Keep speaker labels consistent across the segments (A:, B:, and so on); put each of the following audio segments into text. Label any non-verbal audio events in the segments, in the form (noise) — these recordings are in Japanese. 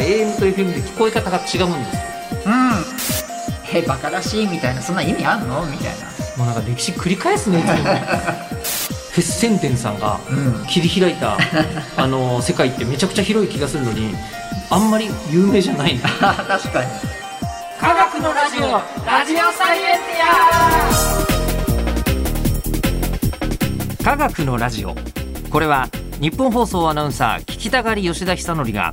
A: AM と FM で聞こえ方が違うんですよ
B: うんえバカらしいみたいなそんな意味あんのみたいな (laughs)
A: もうなんか歴史繰り返すねいつもフェッセンテンさんが
B: うん
A: 切り開いたあの世界ってめちゃくちゃ広い気がするのにあんまり有名じゃないんだ
B: あ確かに
A: 科学のラジオラジオサイエンティア科学のラジオこれは日本放送アナウンサー聞きたがり吉田久典が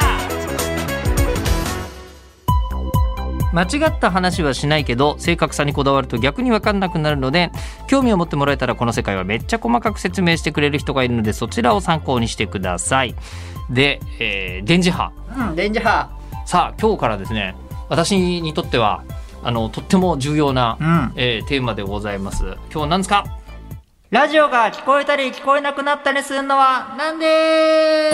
A: 間違った話はしないけど正確さにこだわると逆に分かんなくなるので興味を持ってもらえたらこの世界はめっちゃ細かく説明してくれる人がいるのでそちらを参考にしてください。で、えー電磁波
B: うん電磁波
A: さあ今日からですね私にとってはあのとっても重要な、
B: うん
A: えーテーマでございます。今日何ですか
B: ラジオが聞こえたり聞こえなくなったりするのはなんで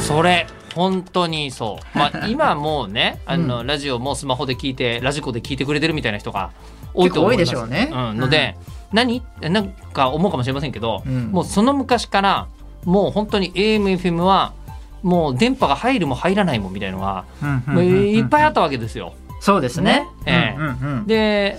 A: それ本当に
B: (laughs)
A: そう、まあ、今もうねあの、ラジオもスマホで聞いてラジコで聞いてくれてるみたいな人が多いと思います
B: 結構多いでしょうね
A: ん、ので、何なんか思うかもしれませんけど、
B: うん
A: もうその昔からもう本当に AMFM はもう電波が入るも入らないもみたいのが、もういっぱいあったわけですよ。
B: そうですね
A: ねええ
B: うんうんうん
A: で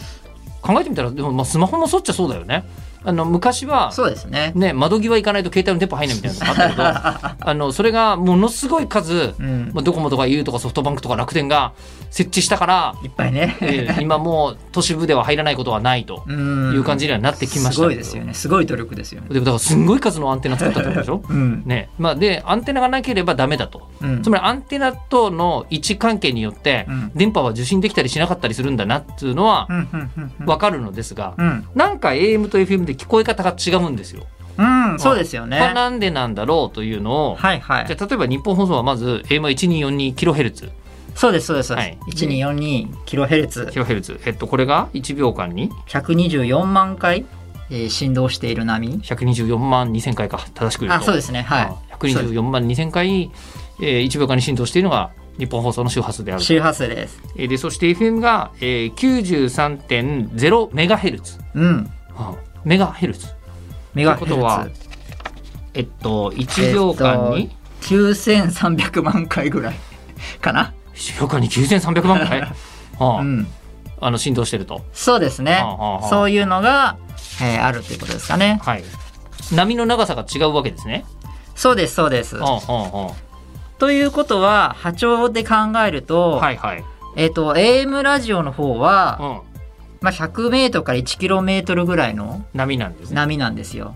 A: 考えてみたらでもまあスマホもそっちゃそうだよね。あの昔は
B: そうですね
A: ね、窓際行かないと携帯の電波入んないみたいなのがあったけ
B: (laughs)
A: どあのそれがものすごい数、
B: うん
A: まあ、ドコモとか au とかソフトバンクとか楽天が設置した
B: (laughs)
A: から、
B: いっぱいね
A: (laughs) えー今もう都市部では入らないことはないと
B: うん
A: いう感じにはなってきましたけど
B: すごいですよねすごい努力ですよね
A: でもだからすんごい数のアンテナ作ったってことでし
B: (laughs)
A: ょ
B: うん
A: ねまあ、でアンテナがなければダメだと、
B: うん
A: つまりアンテナとの位置関係によって
B: うん
A: 電波は受信できたりしなかったりするんだなっていうのは
B: うんうんうんうん
A: 分かるのですが、
B: うん
A: なんか AM と FM で聞こえ方が違うんですよ。
B: うんそうですよね
A: これなんでなんだろうというのを、
B: はいは
A: じゃ
B: い
A: あ例えば日本放送はまず AM1242kHz
B: そうですそうです
A: はい
B: 1 2 4 2キロヘルツ
A: キロヘルツえっとこれが1秒間に
B: 124万回えー振動している波
A: 124万2000回か正しく言うと
B: あそうですねは
A: あ124万2000回、えー、1秒間に振動しているのが日本放送の周波数であ
B: い
A: る
B: 周波数です
A: えーでそして FM が、えー、93.0メガヘルツ
B: うん
A: メガヘルツ
B: メガ
A: っ
B: ヘ
A: て
B: ル
A: ことは
B: ツ
A: えっと1秒間に、
B: 9300万回ぐらい (laughs) かな、
A: 1秒間に9300万
B: (laughs)
A: 回、はあ
B: うん、
A: あの振動してると
B: そうですね
A: ああああ
B: そういうのが、えーあるということですかね
A: はい波の長さが違うわけですね。
B: そうですそうです
A: はあはあは
B: ということは波長で考える
A: あ
B: と,、
A: はいはい。
B: えー、と AM ラジオの方
A: う
B: は、
A: ん、
B: まあ、100m から 1km ぐらいの
A: 波なんですね。
B: 波なんですよ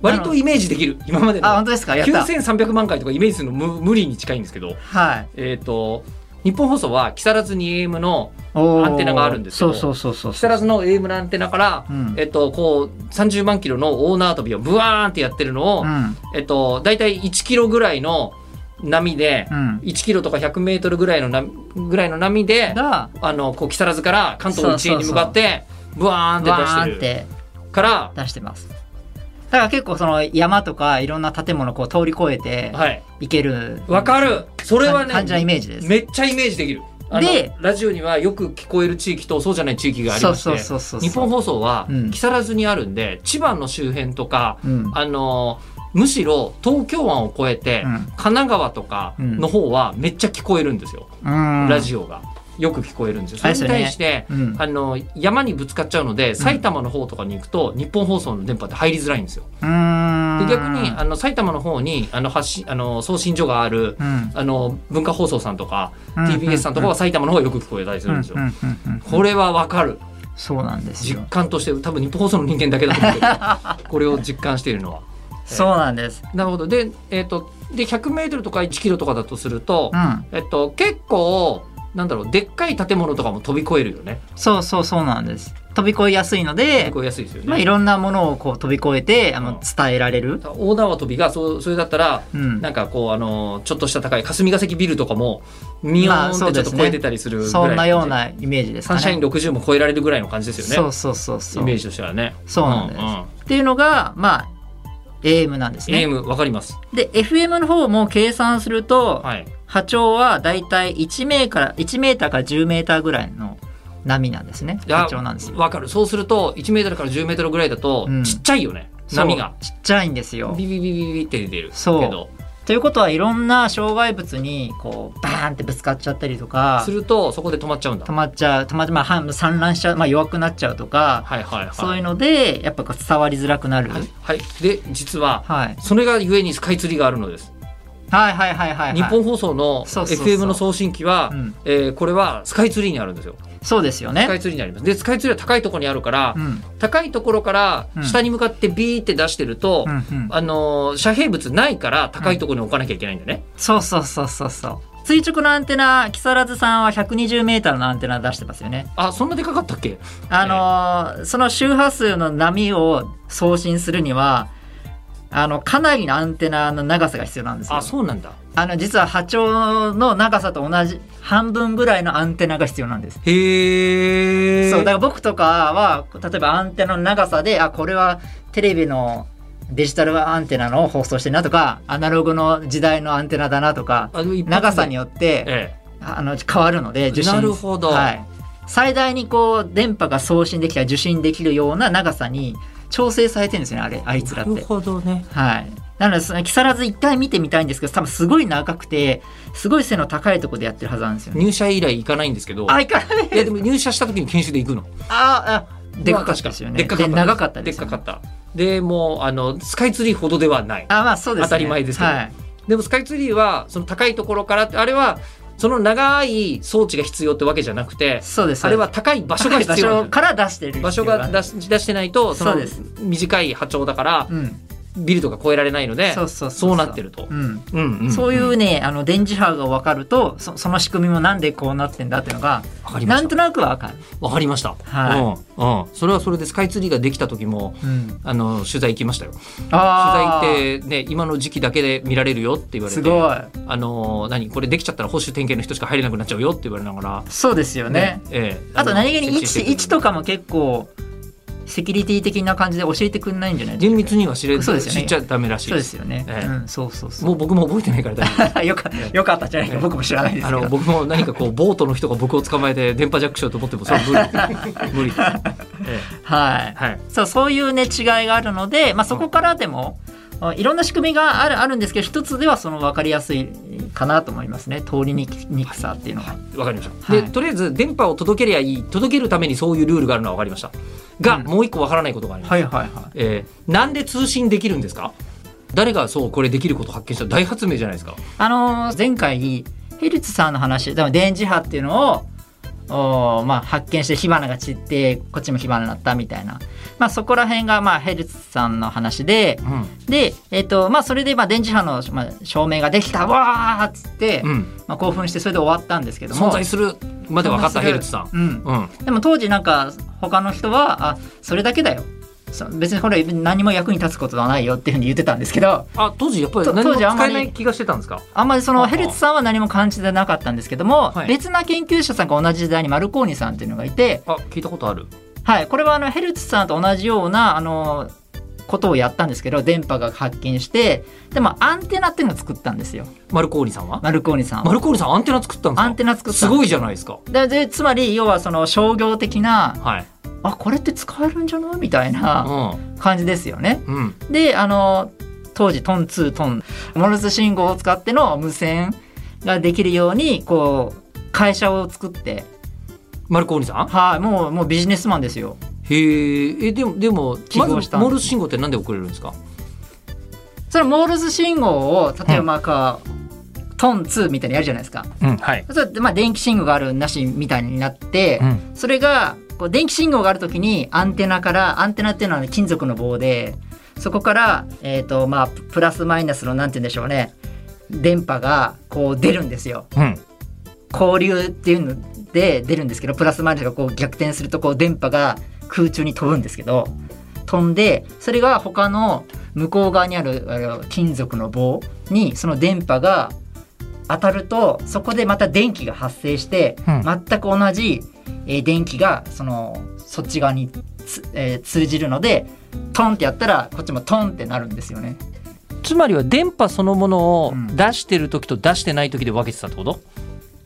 A: 割とイメージできる今まで
B: あ本
A: の
B: 当ですかやった
A: 9300万回とかイメージするの無無理に近いんですけど、
B: はい
A: えっと日本放送は木更津に AM の
B: おー
A: アンテナがあるんですけど
B: そうそうそう
A: 木
B: そう
A: 更津の AM のアンテナから、
B: うん
A: えっとこう30万キロの大縄跳びをブワーンってやってるのを、
B: うん
A: えっと大体1キロぐらいの波で、
B: うん
A: 1キロとか100メートルぐらいの波ぐらいの波で、
B: が
A: あのこう木更津から関東の一円に向かってブワーンって出
B: わー
A: し
B: って
A: る
B: て
A: から、
B: 出してますだから結構その山とかいろんな建物こう通り越えて
A: はい、
B: いける
A: わかるそれはね
B: 感じなイメージです
A: めっちゃイメージできるあの
B: で
A: ラジオにはよく聞こえる地域とそうじゃない地域があり
B: そ
A: ま
B: う
A: して
B: そうそうそう
A: 日本放送は
B: うん
A: 木更津にあるんで、千葉の周辺とか、
B: うん
A: あのむしろ東京湾を越えて、
B: うん
A: 神奈川とかの方はめっちゃ聞こえるんですよ、
B: うん
A: ラジオがよく聞こえるんですよ。そ
B: あれ
A: れ
B: で
A: に
B: すよ
A: 対して、
B: ねうん
A: あの山にぶつかっちゃうので埼玉の方とかに行くと、日本放送の電波って入りづらいんですよ。
B: うー
A: で
B: ん
A: 逆にあの埼玉の方にあの発信あの送信所がある、
B: うん
A: あの文化放送さんとか、
B: うん
A: TBS さんとかは埼玉の方がよく聞こえたりするんですよ。
B: うんうんうんうん
A: これはわかる
B: そうなんです
A: 実
B: よ
A: 感として多分日本放送の人間だけだと思う
B: (laughs)
A: けどこれを実感しているのは。
B: そうなんです
A: なるほどで,、えー、とで 100m とか 1km とかだとすると、
B: うん
A: えっと、結構なんだろうでっかい建物とかも飛び越えるよね。
B: そうそうそうなんです飛び越えやすいので、
A: これ安いですよね、
B: まあ、いろんなものをこう飛び越えてあ
A: うん
B: の伝えられる。
A: 横断渡りがそうそれだったら、
B: うん
A: なんかこうあのちょっとした高い霞が関ビルとかもミヨーンってちょっと超えてたりするぐらい、
B: そんなようなイメージです
A: サ
B: か
A: ン
B: ね。
A: シャイン60も超えられるぐらいの感じですよ
B: そ
A: ね
B: うそうそうそ
A: イ
B: う。
A: メー
B: っ
A: ジとしてはね
B: そうなんです
A: う
B: ていうのが、まあ、AM なんです
A: んうん、
B: ね。
A: AM わかります
B: で、FM の方も計算すると、
A: はい
B: 波長はだいたい1メーから、1メーターから10メーターぐらいの波なんですね。
A: いや
B: 波長なんですよ。
A: わかるそうすると1メートルから10メートルぐらいだと、
B: うん
A: ちっちゃいよね波が
B: そうちっちゃいんですよ。
A: ビビビビビビって出てる
B: そう
A: けど
B: ということはいろんな障害物にこうバーンってぶつかっちゃったりとか
A: するとそこで止まっちゃうんだ
B: 溜まっちゃう溜まっまあは散乱しちゃう、まあ、弱くなっちゃうとか、
A: はいはいはい
B: そういうのでやっぱこう伝わりづらくなる、は
A: はいはいで実は
B: はい、
A: それがゆえにスカイツリーがあるのです
B: はいはいはいはい
A: 日本放送の
B: そうそうそう
A: FM の送信機は
B: うん
A: えーこれはスカイツリーにあるんですよ
B: そうですよ
A: スカ
B: ね、
A: イツリーにありますでスカイツリーは高いところにあるから
B: うんうん
A: 高いところから
B: うん
A: 下に向かってビーって出してると
B: うん、
A: あのー遮蔽物ないから高いところに置かなきゃいけないんだね
B: そうそうそうそうそう垂直のアンテナ木更津さんは 120m のアンテナ出してますよね
A: あそんなでかかったっけ
B: あのーその周波数の波を送信するにはあのかなりのアンテナの長さが必要なんですよ
A: あそうなんだ
B: あの実は波長の長さと同じ半分ぐらいのアンテナが必要なんです。
A: へえ
B: そうだから僕とかは例えばアンテナの長さであこれはテレビのデジタルアンテナの放送してるなとかアナログの時代のアンテナだなとか
A: あの一発で
B: 長さによって
A: え
B: あの変わるので
A: え
B: 受信
A: なるほど
B: はい、最大にこう電波が送信できたり受信できるような長さに調整されてるんですよねあれあいつら
A: な
B: っ
A: る
B: て。
A: ほどね
B: はい。なので、その木更津一回見てみたいんですけど、多分すごい長くて、すごい背の高いところでやってるはずなんですよね。
A: 入社以来行かないんですけど
B: あ、いかない。
A: いやでも入社した時に研修で行くの
B: あ、あ、でかかったですよね。
A: でっかかった
B: 長かった
A: で
B: で
A: っ
B: す
A: か
B: よね、
A: かったでもうあのスカイツリーほどではない
B: あ、まあそうです、ね。
A: 当たり前ですけど
B: はい。
A: でもスカイツリーはその高いところからってあれはその長い装置が必要ってわけじゃなくて
B: そうです。
A: あれは高い場所が
B: 場
A: 必要
B: 所
A: なんだよ
B: から出してる。
A: 場所が出
B: し
A: し出してないとその
B: そうです
A: 短い波長だから
B: うん。
A: ビルとか越えられないので
B: そうそう
A: そうなってると
B: う。ん。
A: うんうん
B: そういうね、あの電磁波が分かるとそその仕組みもなんでこうなってんだっていうのが
A: わかりま
B: な
A: し
B: ん
A: た
B: となく分かる、
A: わかりました、
B: は
A: うんうん、それはそれでスカイツリーができた時も
B: うん、
A: あの取材行きましたよ取
B: あ
A: 材ってね今の時期だけで見られるよって言われて
B: すごい
A: あのー何これできちゃったら保守点検の人しか入れなくなっちゃうよって言われながら、
B: そうですよね
A: ええ
B: あと何気に
A: の
B: 位置位
A: 設置して
B: 置と
A: くれる
B: かも結構セキュリティ的な感じで教えてくんないんじゃない
A: 厳密には知れ
B: そうですよね
A: 知っちゃダメらしい
B: そうですよね、
A: ええ
B: うん、そうそうそう
A: もう僕も覚えてないから大丈夫
B: (laughs) よかよかったじゃないか僕も知らないです
A: あ
B: けど
A: の僕も何かこ
B: (laughs)
A: うボートの人が僕を捕まえて電波ジャックしようと思ってもそれ無理無理です、ええ
B: はい
A: はい
B: そうそういうね違いがあるので、まあ、そこからでも、いろんな仕組みがあるあるんですけど一つではその分かりやすいかなと思いますね通りにくにくさっていうのが、
A: わかりました、で
B: はい
A: とりあえず電波を届けりゃいい届けるためにそういうルールがあるのはわかりましたが、
B: うん
A: もう一個わからないことがあります、
B: はいはいはい
A: えーなんで通信できるんですか誰がそうこれできることを発見した大発明じゃないですか
B: あのー前回ヘルツさんの話多分電磁波っていうのをおー、まあ、発見して火花が散ってこっちも火花になったみたいな、まあ、そこら辺が、まあ、ヘルツさんの話で
A: う
B: で、えっとまあ、それで、まあ、電磁波の、まあ、証明ができたわーっつって、
A: ん、うん、
B: まあ、興奮してそれで終わったんですけども
A: 存在するまで分かったヘルツさん、
B: うん、
A: うん、
B: でも当時なんか他の人はあそれだけだよそう別にこれ何も役に立つことはないよっていうふうに言ってたんですけど
A: あ当時やっぱり
B: と
A: 何も
B: 当時あん
A: 使
B: ま
A: え
B: り
A: ない気がしてたんですか
B: あんまりそ
A: は
B: の
A: あはあ
B: ヘルツさんは何も感じてなかったんですけども、
A: はい
B: 別な研究者さんが同じ時代にマルコーニさんっていうのがいて、
A: あ聞いたことある
B: はい、これはあのヘルツさんと同じようなあのことをやったんですけど電波が発見してでもアンテナっていうのを作ったんですよ
A: マルコーリさんは
B: マルコーニさん
A: マ
B: は。
A: ルコーリさんアンテナ作ったんですか
B: アンテナ作った
A: すごいじゃないですか
B: ででつまり要はその商業的な
A: はい
B: あこれって使えるんじゃないみたいな感じですよね。
A: うんうん
B: であの当時トン2トンモルス信号を使っての無線ができるようにこう会社を作って
A: マルコーリさん
B: はい、もうもうビジネスマンですよ。
A: へーえでもでも
B: 起
A: ま
B: 業し
A: ず
B: たんで
A: モ
B: す
A: ールス信号ってなんで送れるんですか
B: それモールス信号を例えばまあか、トン2みたいにやるじゃないですか。
A: うんはい
B: それでまあ電気信号があるなしみたいになって、
A: うん
B: それがこう電気信号があるときにアンテナからアンテナっていうのは金属の棒でそこからえっ、とまあプラスマイナスのなんて言うんでしょうね電波がこう出るんですよ。
A: うん
B: 交流っていうので出るんですけどプラスマイナスがこう逆転するとこう電波が空中に飛ぶんですけど飛んでそれが他の向こう側にあるあの金属の棒にその電波が当たるとそこでまた電気が発生して、
A: うん
B: 全く同じ、えー電気がそのそっち側につ、えー通じるのでトンってやったらこっちもトンってなるんですよね。
A: つまりは電波そのものを
B: うん
A: 出してる時と出してない時で分けてたってこと、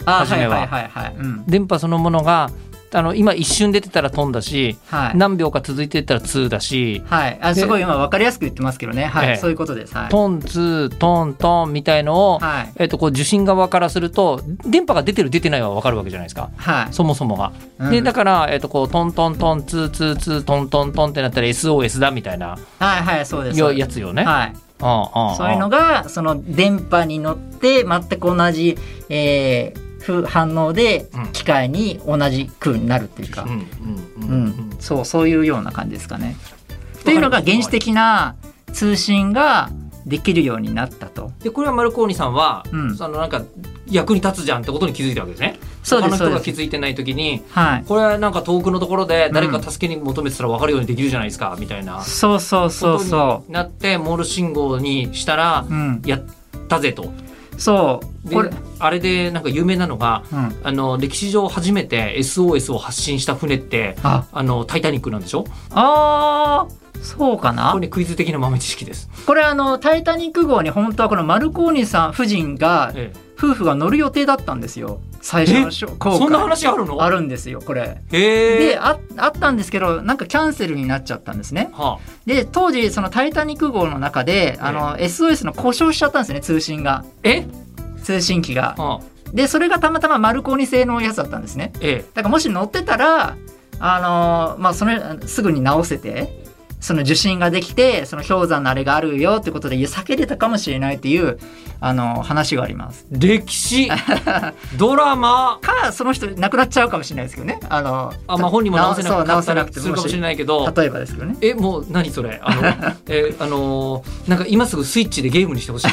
B: あ
A: 初
B: は
A: め
B: い
A: は
B: はいはいはい。うん
A: 電波そのものがあの今一瞬出てたら飛んだし、
B: はい
A: 何秒か続いてたら2だし
B: はい、あ
A: です
B: ごい今分かりやすく言ってますけどね、はい
A: ええ
B: そういうことです。はい、
A: トン2トントンみたいのを、
B: はい
A: えっとこう受信側からすると電波が出てる出てないは分かるわけじゃないですか。
B: はい
A: そもそもが。
B: うん
A: でだから、えっとこうトントントンツーツーツートントントンってなったら SOS だみたいな
B: はいはいそうです。
A: よやつよね。
B: は
A: う
B: い、
A: んんん
B: そういうのがその電波に乗って全く同じ、えーふ反応で
A: うん
B: 機械に同じ空になるっていうか、
A: うんうん
B: う
A: うんんうん
B: そうそういうような感じですかね。というのが原始的な通信ができるようになったと。
A: でこれはマルコーニさんは、
B: うん
A: そのなんか役に立つじゃんってことに気づいたわけですね。
B: そうで
A: 他
B: す
A: の人が
B: そう
A: 気
B: です
A: づいてない時に
B: はい。
A: これなんか遠くのところで誰か助けに求めてたら分かるようにできるじゃないですかみたいな
B: そうそう
A: こ
B: そう
A: と
B: そ
A: になってモールス信号にしたら
B: う。うん。
A: やったぜと。
B: そう。
A: で
B: これ、
A: あれでなんか有名なのが
B: うん。
A: あの歴史上初めて SOS を発信した船って
B: あ、
A: あのタイタニックなんでしょこ
B: あーそうかな
A: れねクイズ的な豆知識です。
B: これあの「タイタニック号」に本当はこのマルコーニさん夫人が
A: え
B: 夫婦が乗る予定だったんですよ最初のしょ
A: え、
B: 航
A: そんな
B: 海
A: 話あるの？
B: あるんですよこれ。
A: へえ。
B: でああったんですけどなんかキャンセルになっちゃったんですね。
A: は
B: で当時その「タイタニック号」の中であの SOS の故障しちゃったんですね通信が
A: あ、え、
B: 通信機が。
A: はあ、
B: でそれがたまたまマルコーニ製のやつだったんですね。
A: え
B: だからもし乗ってたらあのーまあそれすぐに直せてその受信ができてその氷山のあれがあるよってことで避けれたかもしれないっていうあのー話があります
A: え、歴
B: (laughs)
A: 史ドラマ。
B: かその人亡くなっちゃうかもしれないですけどねあのー
A: あ、まあ本人も直せな
B: そう
A: くな
B: 直
A: った
B: せな
A: ら
B: くて
A: するかもしれ
B: も
A: ないけど
B: し。例えばですけどね (laughs)
A: え、もう何それあの、えあのーなんか今すぐスイッチでゲームに
B: (laughs)
A: してほしい、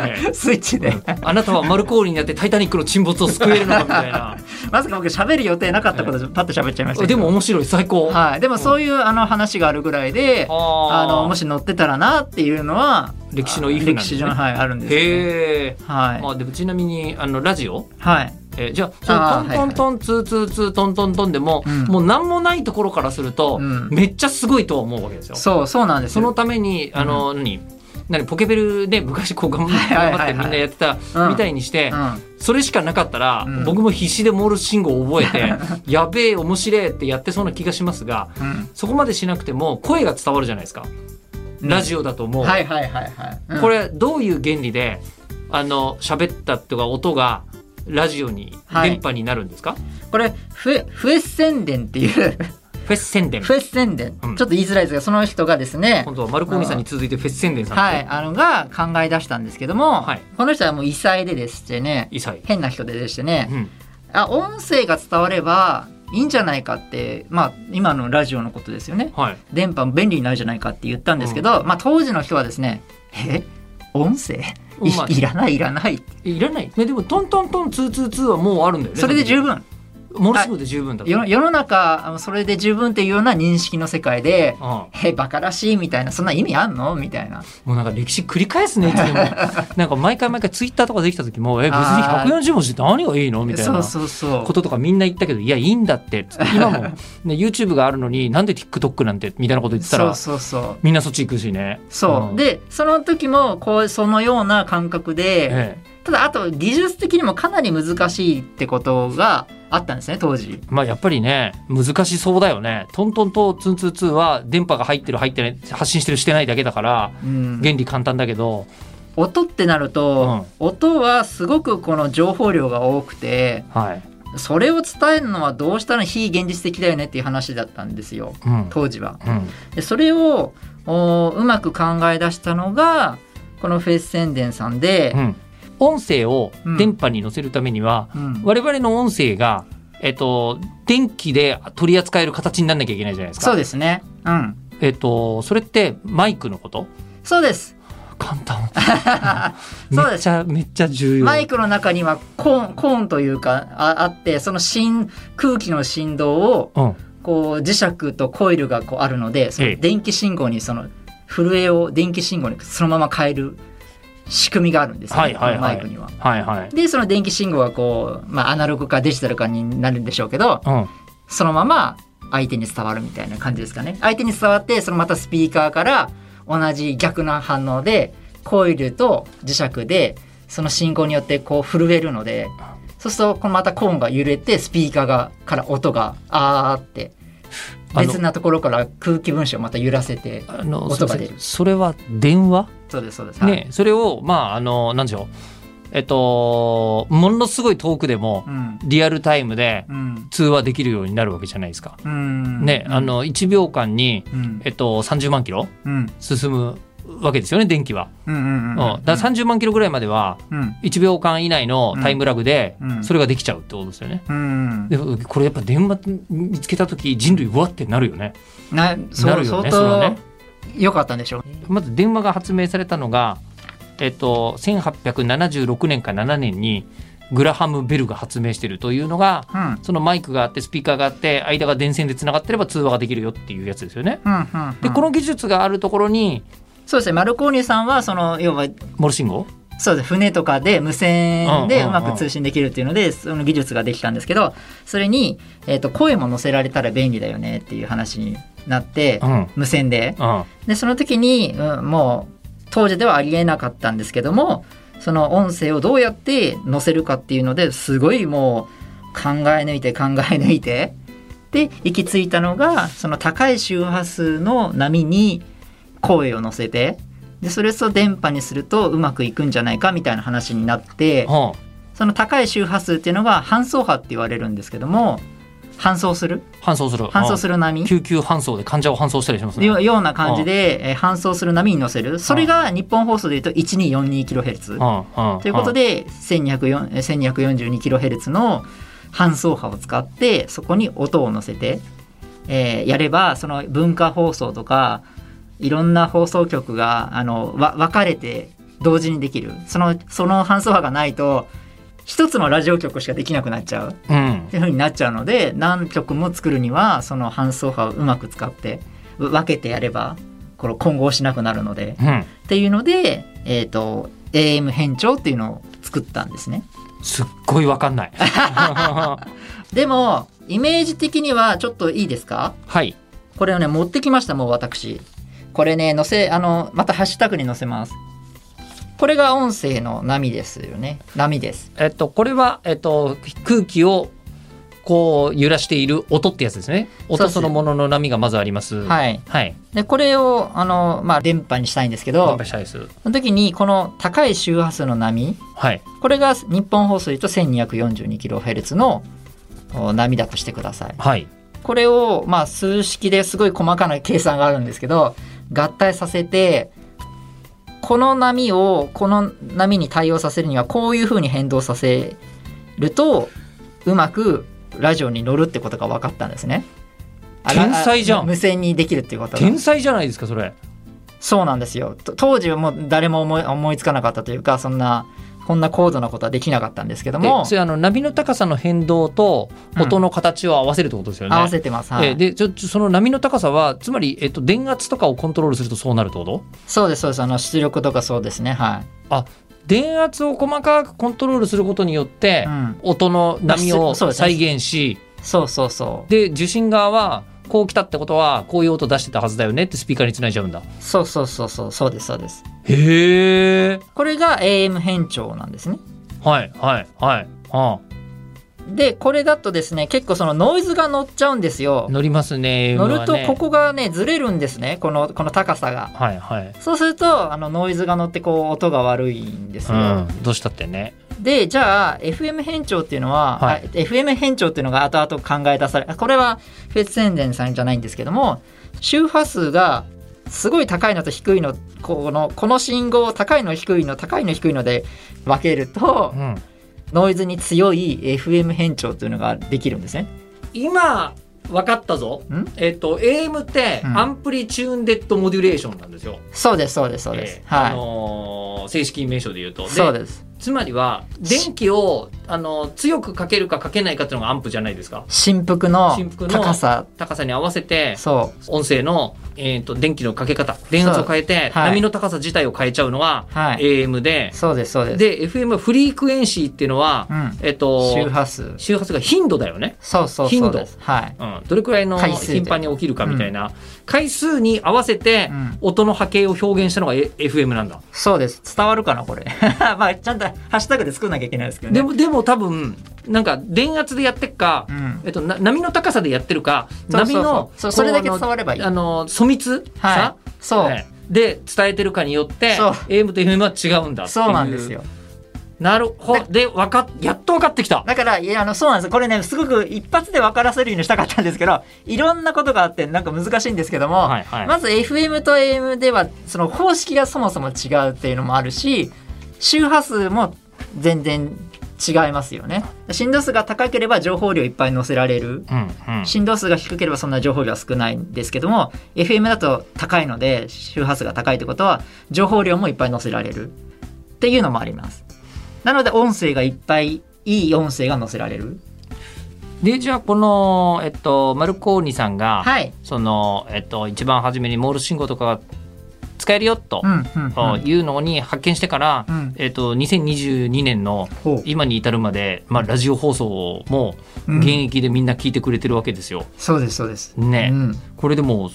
A: ええ
B: スイッチで
A: あなたはマルコーリになってタイタニックの沈没を救えるのかみたい
B: (laughs)
A: な
B: まさか僕喋る予定なかったことでパッと喋っちゃいましたけ
A: で
B: ど
A: も面白い最高、
B: はいでもそういうあの話があるぐらいで
A: あ
B: あの
A: 白
B: もし乗ってたらなっていうのは
A: 歴史のいい風なん
B: 歴
A: です
B: 史
A: ね
B: 上はいあるんですよね
A: へえ、
B: はい
A: まあ、でもちなみにあのラジオ、
B: はい
A: えーじゃ
B: あ
A: あ
B: ー
A: そのトントントンツーツーツートントントンでも、
B: うん
A: もう何もないところからすると、
B: うん
A: めっちゃすごいとは思うわけですよ。
B: そうそうなんです
A: そ
B: よ
A: のためにあの、何何ポケベルで昔こう頑張って
B: はいはい
A: 頑
B: はい
A: 張ってみ
B: はい
A: んなやってたみたいにして、
B: うん
A: それしかなかったら、
B: うん
A: 僕も必死でモールス信号を覚え
B: (laughs)
A: てやべえ面白えってやってそうな気がしますが
B: うん
A: そこまでしなくても声が伝わるじゃないですか、ラジオだと思う、
B: はいはいはいはい、うん
A: これどういう原理であの喋ったとか音がラジオに
B: はい
A: 電波になるんですか、
B: これフェフェス宣伝っていう (laughs)
A: フェス宣伝
B: フェス宣伝、
A: うん
B: ちょっと言いづらいですがその人がですね
A: 今度はマルコーニさんに続いてフェス宣伝さん
B: はいあのが考え出したんですけども、
A: はい
B: この人はもう異彩ででしてね
A: 異彩、
B: 変な人ででして
A: う
B: ね
A: ん、
B: あ音声が伝わればいいんじゃないかってまあ今のラジオのことですよね
A: はい
B: 電波も便利になるじゃないかって言ったんですけど、まあ当時の人はですねえ音声
A: うまい
B: いいらないいらない
A: えいらないねでもトントントンツーツーツーはもうあるんだよね
B: それで十分
A: モルス号で十分だと、
B: 世の世の中あのそれで十分っていうような認識の世界で
A: うんも
B: えバカらしいみたいなそんな意味あんのみたいな
A: うなんか歴史繰り返すねい (laughs) つでもなんか毎回毎回ツイッターとかできた時も「え別に
B: あー
A: 140文字って何がいいの?」みたい
B: そ
A: な
B: うそうそう
A: こととかみんな言ったけど「いやいいんだって」つって今 (laughs) も、ね、YouTube があるのになんで TikTok なんてみたいなこと言ってた
B: そう
A: ら
B: そうそう
A: みんなそっち行くしね
B: そう、
A: ん
B: でその時もこうそのような感覚で、
A: ええ
B: ただあと技術的にもかなり難しいってことがあったんですね当時
A: まあやっぱりね難しそうだよねトントンとツンツーツーは電波が入ってる入ってない発信してるしてないだけだから
B: うん
A: 原理簡単だけど、
B: 音ってなると、音はすごくこの情報量が多くて
A: はい、
B: それを伝えるのはどうしたら非現実的だよねっていう話だったんですよ
A: うん
B: 当時は。
A: うん、
B: でそれをおうまく考え出したのがこのフェイス宣伝さんで、
A: うん、音声を電波に乗せるためには、
B: うん
A: 我々の音声が、えっと、電気で取り扱える形にならなきゃいけないじゃないですか。
B: そうですね。うん。
A: えっと、それってマイクのこと
B: そうです。。
A: 簡単
B: そう
A: め
B: で
A: っ
B: す
A: ちゃめっちゃ重要。
B: (laughs) マイクの中にはコーン、コーンというかああって、その振、空気の振動を
A: うん、
B: こう磁石とコイルがこうあるのでそ
A: ええ
B: の電気信号にその震えを電気信号にそのまま変える仕組みがあるんですよ、ね
A: はいはいは
B: このマ
A: い
B: イクには。
A: はいはい
B: でその電気信号がこう、まあ、アナログかデジタルかになるんでしょうけど
A: うん
B: そのまま相手に伝わるみたいな感じですかね相手に伝わってそのまたスピーカーから同じ逆な反応でコイルと磁石でその信号によってこう震えるのでそうするとこのまたコーンが揺れてスピーカーがから音があーって
A: あの
B: 別なところから空気分子をまた揺らせて
A: あの
B: 音が
A: すいません
B: 出る
A: それは電話
B: そうですそうです、はい
A: ねそれをまああのなんでしょうえっとものすごい遠くでも
B: うん
A: リアルタイムで
B: うん
A: 通話できるようになるわけじゃないですか。
B: うん
A: ね、あの1秒間に、
B: うん
A: えっと、30万キロ
B: うん
A: 進むわけですよね電気は。
B: うんうんうん
A: うんだから30万キロぐらいまでは
B: うん
A: 1秒間以内のタイムラグで
B: うん
A: それができちゃうってことですよね。
B: うん
A: でこれやっぱ電話見つけた時人類うわってなるよね。
B: なそう
A: なるよね
B: 相
A: それは
B: 当
A: ね
B: 良かったんでしょう
A: まず電話が発明されたのが、えっと、1876年か7年にグラハム・ベルが発明してるというのが
B: うん
A: そのマイクがあってスピーカーがあって間が電線でつながってれば通話ができるよっていうやつですよね。
B: うんうんうん
A: でこの技術があるところに
B: そうですねマルコーニさんはその要は
A: モル信号
B: そうです船とかで無線
A: う
B: で
A: んう
B: うん
A: うん
B: まく通信できるっていうのでその技術ができたんですけどそれに、えー、と声も載せられたら便利だよねっていう話になって
A: うんうん
B: 無線で
A: は
B: でその時に、うん、もう当時ではありえなかったんですけどもその音声をどうやって載せるかっていうのですごいもう考え抜いて考え抜いてで行き着いたのがその高い周波数の波に声を乗せてでそれと電波にするとうまくいくんじゃないかみたいな話になって
A: あ
B: その高い周波数っていうのが搬送波って言われるんですけども搬送する
A: 搬送する
B: 搬送する波
A: 救急搬送で患者を搬送したりしますね
B: よような感じで、えー搬送する波に乗せるそれが日本放送でいうと 1242kHz と
A: と
B: いうことで 1204- えー 1242kHz の搬送波を使ってそこに音を乗せて、えーやればその文化放送とかいろんな放送局があのわ分かれて同時にできるそのその搬送波がないと一つのラジオ局しかできなくなっちゃうっ
A: うん
B: ていう風になっちゃうので何局も作るにはその搬送波をうまく使ってう分けてやればこの混合しなくなるので
A: うん
B: っていうので、えー、と AM 変調っていうのを作ったんですね
A: すっごいわかん
B: (laughs)
A: ないは
B: でもイメージ的にはちょっといいですか
A: い
B: これをね持ってきましたもう私これね載せあのまたハッシュタグに載せますこれが音声の波ですよね波です
A: えっとこれはえっと空気をこう揺らしている音ってやつですね
B: そう
A: 音
B: です
A: そのものの波がまずありますい
B: はい
A: はい
B: でこれをあのまあ電波にしたいんですけ
A: 乾
B: ど
A: 杯したいです
B: その時にこの高い周波数の波
A: はい
B: これが日本放送で言うと 1242kHz のお波だとしてください
A: はい
B: これを、まあ、数式ですごい細かな計算があるんですけど合体させてこの波をこの波に対応させるにはこういうふうに変動させるとうまくラジオに乗るってことが分かったんですね。あら
A: 天才じゃん
B: あ無線にできるっていうことが
A: 天才じゃないですかそれ
B: そうなんですよと当時はもう誰も思い思いつかなかったというかそんなこんな高度なことはできなかったんですけど
A: え
B: も
A: それあの波の高さの変動と
B: うん
A: 音の形を合わせるってことですよね
B: 合わせてます、はい
A: えでちょちょその波の高さはつまりえっと電圧とかをコントロールするとそうなるってこと
B: そうですそうですあの出力とかそうですねは
A: 電圧を細かくコントロールすることによって、
B: い、うん、
A: 音の波を
B: そうですね
A: 再現し
B: そうそうそう
A: で受信側はこう来たってことはこういう音出してたはずだよねってスピーカーにつないじゃうんだ
B: そうそうそうそうそうですそうです
A: へえ
B: これが AM 変調なんですね
A: はいはいはいあ
B: でこれだとですね結構そのノイズが乗っちゃうんですよ
A: あ乗りますね
B: 乗る
A: M
B: と
A: はね
B: ここがねずれるんですねこのこの高さが
A: はいはい
B: そうするとあのノイズが乗ってこう音が悪いんですよ、
A: うんどうしたってね
B: でじゃあ FM 変調っていうのは、
A: はい
B: あ FM 変調っていうのが後々考え出されあこれはフェス宣伝さんじゃないんですけども周波数がすごい高いのと低いのこのこの信号を高いの低いの高いの低いので分けると
A: うん
B: ノイズに強い FM 変調というのができるんですね。
C: 今分かったぞ
B: ん
C: えっと AM って
B: うん
C: アンプリチューンデッドモデュレーションなんですよ、
B: そうですそうですそうです。
C: えーあ
B: はい。
C: のー正式名称で言うとで
B: そうです。
C: つまりは電気を
A: あの強くかけるかかけないかっていうのがアンプじゃないですか
B: 振幅の
A: 振幅の
B: 高さ
A: 高さに合わせて
B: そう
A: 音声の、えー、と電気のかけ方電圧を変えて、
B: そうはい
A: 波の高さ自体を変えちゃうのは
B: はい
A: AM で、
B: そうですそうです
A: で FM はフリークエンシーっていうのは、
B: うん
A: えっと
B: 周波数
A: 周波数が頻度だよね、
B: そうそう
A: 頻
B: そ
A: 度
B: うですはい
A: うん、どれくらいの
B: 回数で
A: 頻繁に起きるかみたいな、回数に合わせて
B: うん
A: 音の波形を表現したのが A- FM なんだ、
B: そうです伝わるかなこれ (laughs) まあちゃんとハッシュタグで作んなきゃいけないですけどね
A: でもでも多分なんか電圧でやってっか、
B: うん
A: えっと、な波の高さでやってるか
B: そうそうそう
A: 波の
B: そうそれだけ伝わればいい
A: あの疎密さ
B: は、いそう、
A: ねで伝えてるかによって
B: そう
A: AM と FM は違うんだっていう
B: そうなんですよ
A: なるほどでわかっやっと分かってきた
B: だからいやあのそうなんですこれねすごく一発で分からせるようにしたかったんですけどいろんなことがあってなんか難しいんですけども、
A: はいはい
B: まず FM と AM ではその方式がそもそも違うっていうのもあるし周波数も全然違いますよね振動数が高ければ情報量いっぱい載せられる
A: うんうん
B: 振動数が低ければそんな情報量は少ないんですけども FM だと高いので周波数が高いってことは情報量もいっぱい載せられるっていうのもありますなので音声がいっぱいいい音声が載せられる
A: でじゃあこの、えっと、マルコーニさんが、
B: はい
A: その、えっと、一番初めにモールス信号とかが使えるよと
B: うんうんうん
A: いうのに発見してから、
B: うん
A: えっと、2022年の
B: ほう
A: 今に至るまで、まあ、ラジオ放送も
B: うん
A: 現役でみんな聞いてくれてるわけですよ。
B: そうですそうです
A: ね
B: うん
A: これでも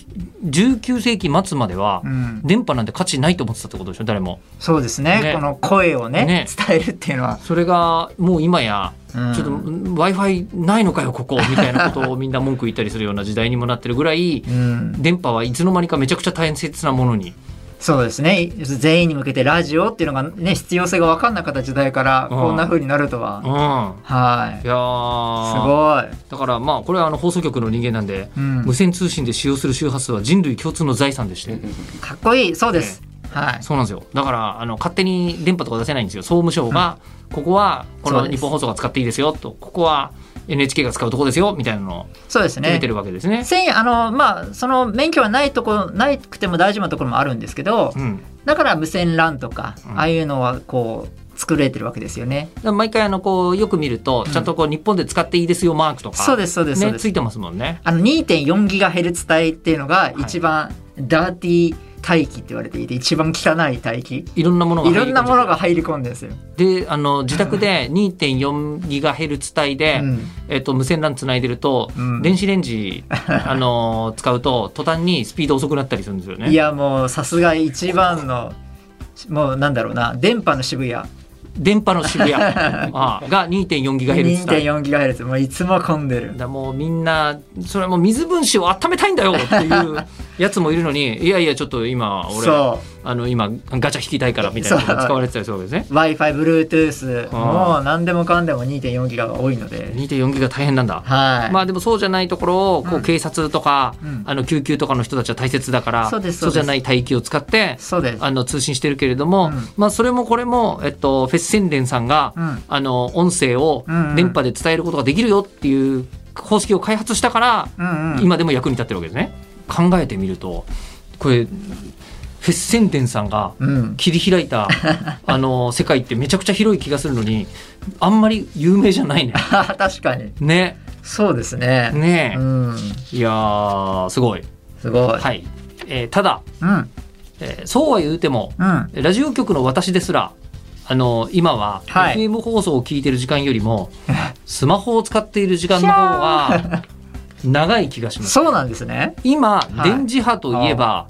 A: 19世紀末までは
B: うん
A: 電波なんて価値ないと思ってたってことでしょ誰も。
B: そうですね
A: ね
B: この声をね
A: ね
B: 伝えるっていうのは、
A: それがもう今や
B: うん
A: ちょっと w i f i ないのかよここみたいなことをみんな文句言ったりするような時代にもなってるぐらい。
B: うん、
A: 電波はいつの間にかめちゃくちゃ大切なものに
B: そうですね全員に向けてラジオっていうのがね必要性が分かんなかった時代か
A: う
B: ら
A: ん
B: こんな風になるとは、
A: うんいや
B: はいす
A: ー
B: ごい
A: だからまあこれはあの放送局の人間なんで、
B: うん
A: 無線通信で使用する周波数は人類共通の財産でして、
B: かっこいいそうです、はい
A: そうなんですよだからあの勝手に電波とか出せないんですよ総務省が、ここはこ
B: そう
A: の
B: です
A: 日本放送が使っていいですよとここは NHK が使うとこですよみたいなのを
B: そうです
A: 決め
B: ね
A: てるわけですね。
B: せんあのまあその免許はないとこなくても大丈夫なところもあるんですけど、
A: うん、だか
B: だから無線 LAN とか、
A: うん
B: ああいうのはこう作れてるわけですよね、
A: ら毎回あのこうよく見るとちゃんとこう日本で使っていいですよマークとか、
B: そうですそうですそう
A: ね
B: で
A: つ
B: す、
A: いてますもんね。
B: あの 2.4GHz 帯っていうのが一番ダーティー帯域って言われていて一番汚い帯域
A: いろんなものが
B: い
A: 入り
B: ろ
A: 込じ
B: ん
A: ゃ
B: な
A: う
B: ものが入り込んでるんですよ、
A: であの自宅で 2.4GHz 帯で、
B: うん
A: えっと、無線 LAN つないでると、
B: うん
A: 電子レン
B: (laughs)
A: ジあの使うと途端にスピード遅くなったりするんですよね。
B: いやもうさすが一番のもうなんだろうな電波の渋谷
A: 電波の渋
B: (laughs)
A: 谷ああが 2.4GHz 帯。
B: 2.4GHz もういつも混んでる
A: だもうみんなそれはもう水分子を温めたいんだよっていうやつもいるのにいやいやちょっと今俺
B: そう
A: あの今ガチャ引きたいからみたいなことが使われてたりするわけですね
B: w i f i
A: あ
B: Bluetooth
A: ー
B: もう何でもかんでも2.4ギガが多いので
A: 2.4ギガ大変なんだ、
B: はい、
A: まあでもそうじゃないところをこ
B: う
A: うん警察とか、
B: うん
A: あの救急とかの人たちは大切だから
B: そうです
A: じゃ
B: そう
A: な
B: で
A: い帯域を使って
B: そうです
A: あの通信してるけれども、
B: うん
A: まあそれもこれも、えっと、フェス宣伝さんが、
B: うん
A: あの音声を
B: うんうん
A: 電波で伝えることができるよっていう方式を開発したから、
B: うんうん
A: 今でも役に立ってるわけですね。考えてみるとこれフェス宣伝さんが
B: うん (laughs)
A: 切り開いたあの世界ってめちゃくちゃ広い気がするのにあんまり有名じゃないね。
B: 確かに
A: ね
B: そうですね
A: ねえ、
B: うん
A: いやーすごい。
B: すごい、
A: はいえーただ、
B: うん
A: えーそうは言うても
B: うん
A: ラジオ局の私ですら、あの今は
B: はい
A: FM 放送を聞いてる時間より
B: (laughs)
A: も、スマホを使っている時間の方が長い気がします。
B: そうなんですね
A: 今、
B: い
A: 電磁波といえば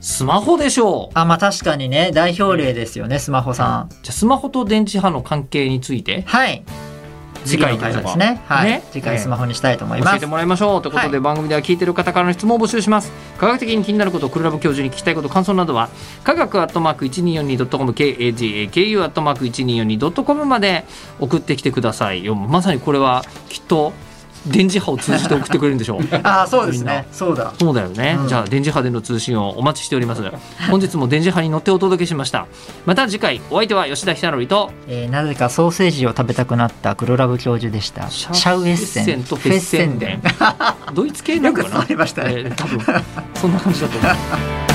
A: スマホでしょう。
B: あまあ確かにね代表例ですよねスマホさん
A: じゃあスマホと電磁波の関係について
B: はい
A: 次回
B: 次の
A: とい
B: 回
A: うこ
B: はで
A: と
B: すねはい
A: ね
B: 次回スマホにしたいと思い
A: 教
B: ま
A: え
B: す
A: てもらいましょうということで、
B: は
A: 番組では聞いている方からの質問を募集します科学的に気になることクルラブ教授に聞きたいこと感想などは科学アットマーク 1242.com kagaku アットマーク 1242.com まで送ってきてくださいよまさにこれはきっと電磁波を通じて送ってくれるんで
B: (laughs)
A: しょう
B: ああそうですねそうだ
A: そうだよね、
B: うん
A: じゃあ電磁波での通信をお待ちしております本日も電磁波に乗ってお届けしましたまた次回お相手は吉田ひさのりと
B: えーなぜかソーセージを食べたくなった黒ラブ教授でしたシャウエッセン
A: シャウエッセンとフェッセンデンドイツ系な
B: よ
A: のか
B: く伝
A: な
B: わりましたね
A: えー多分そんな感じだと思う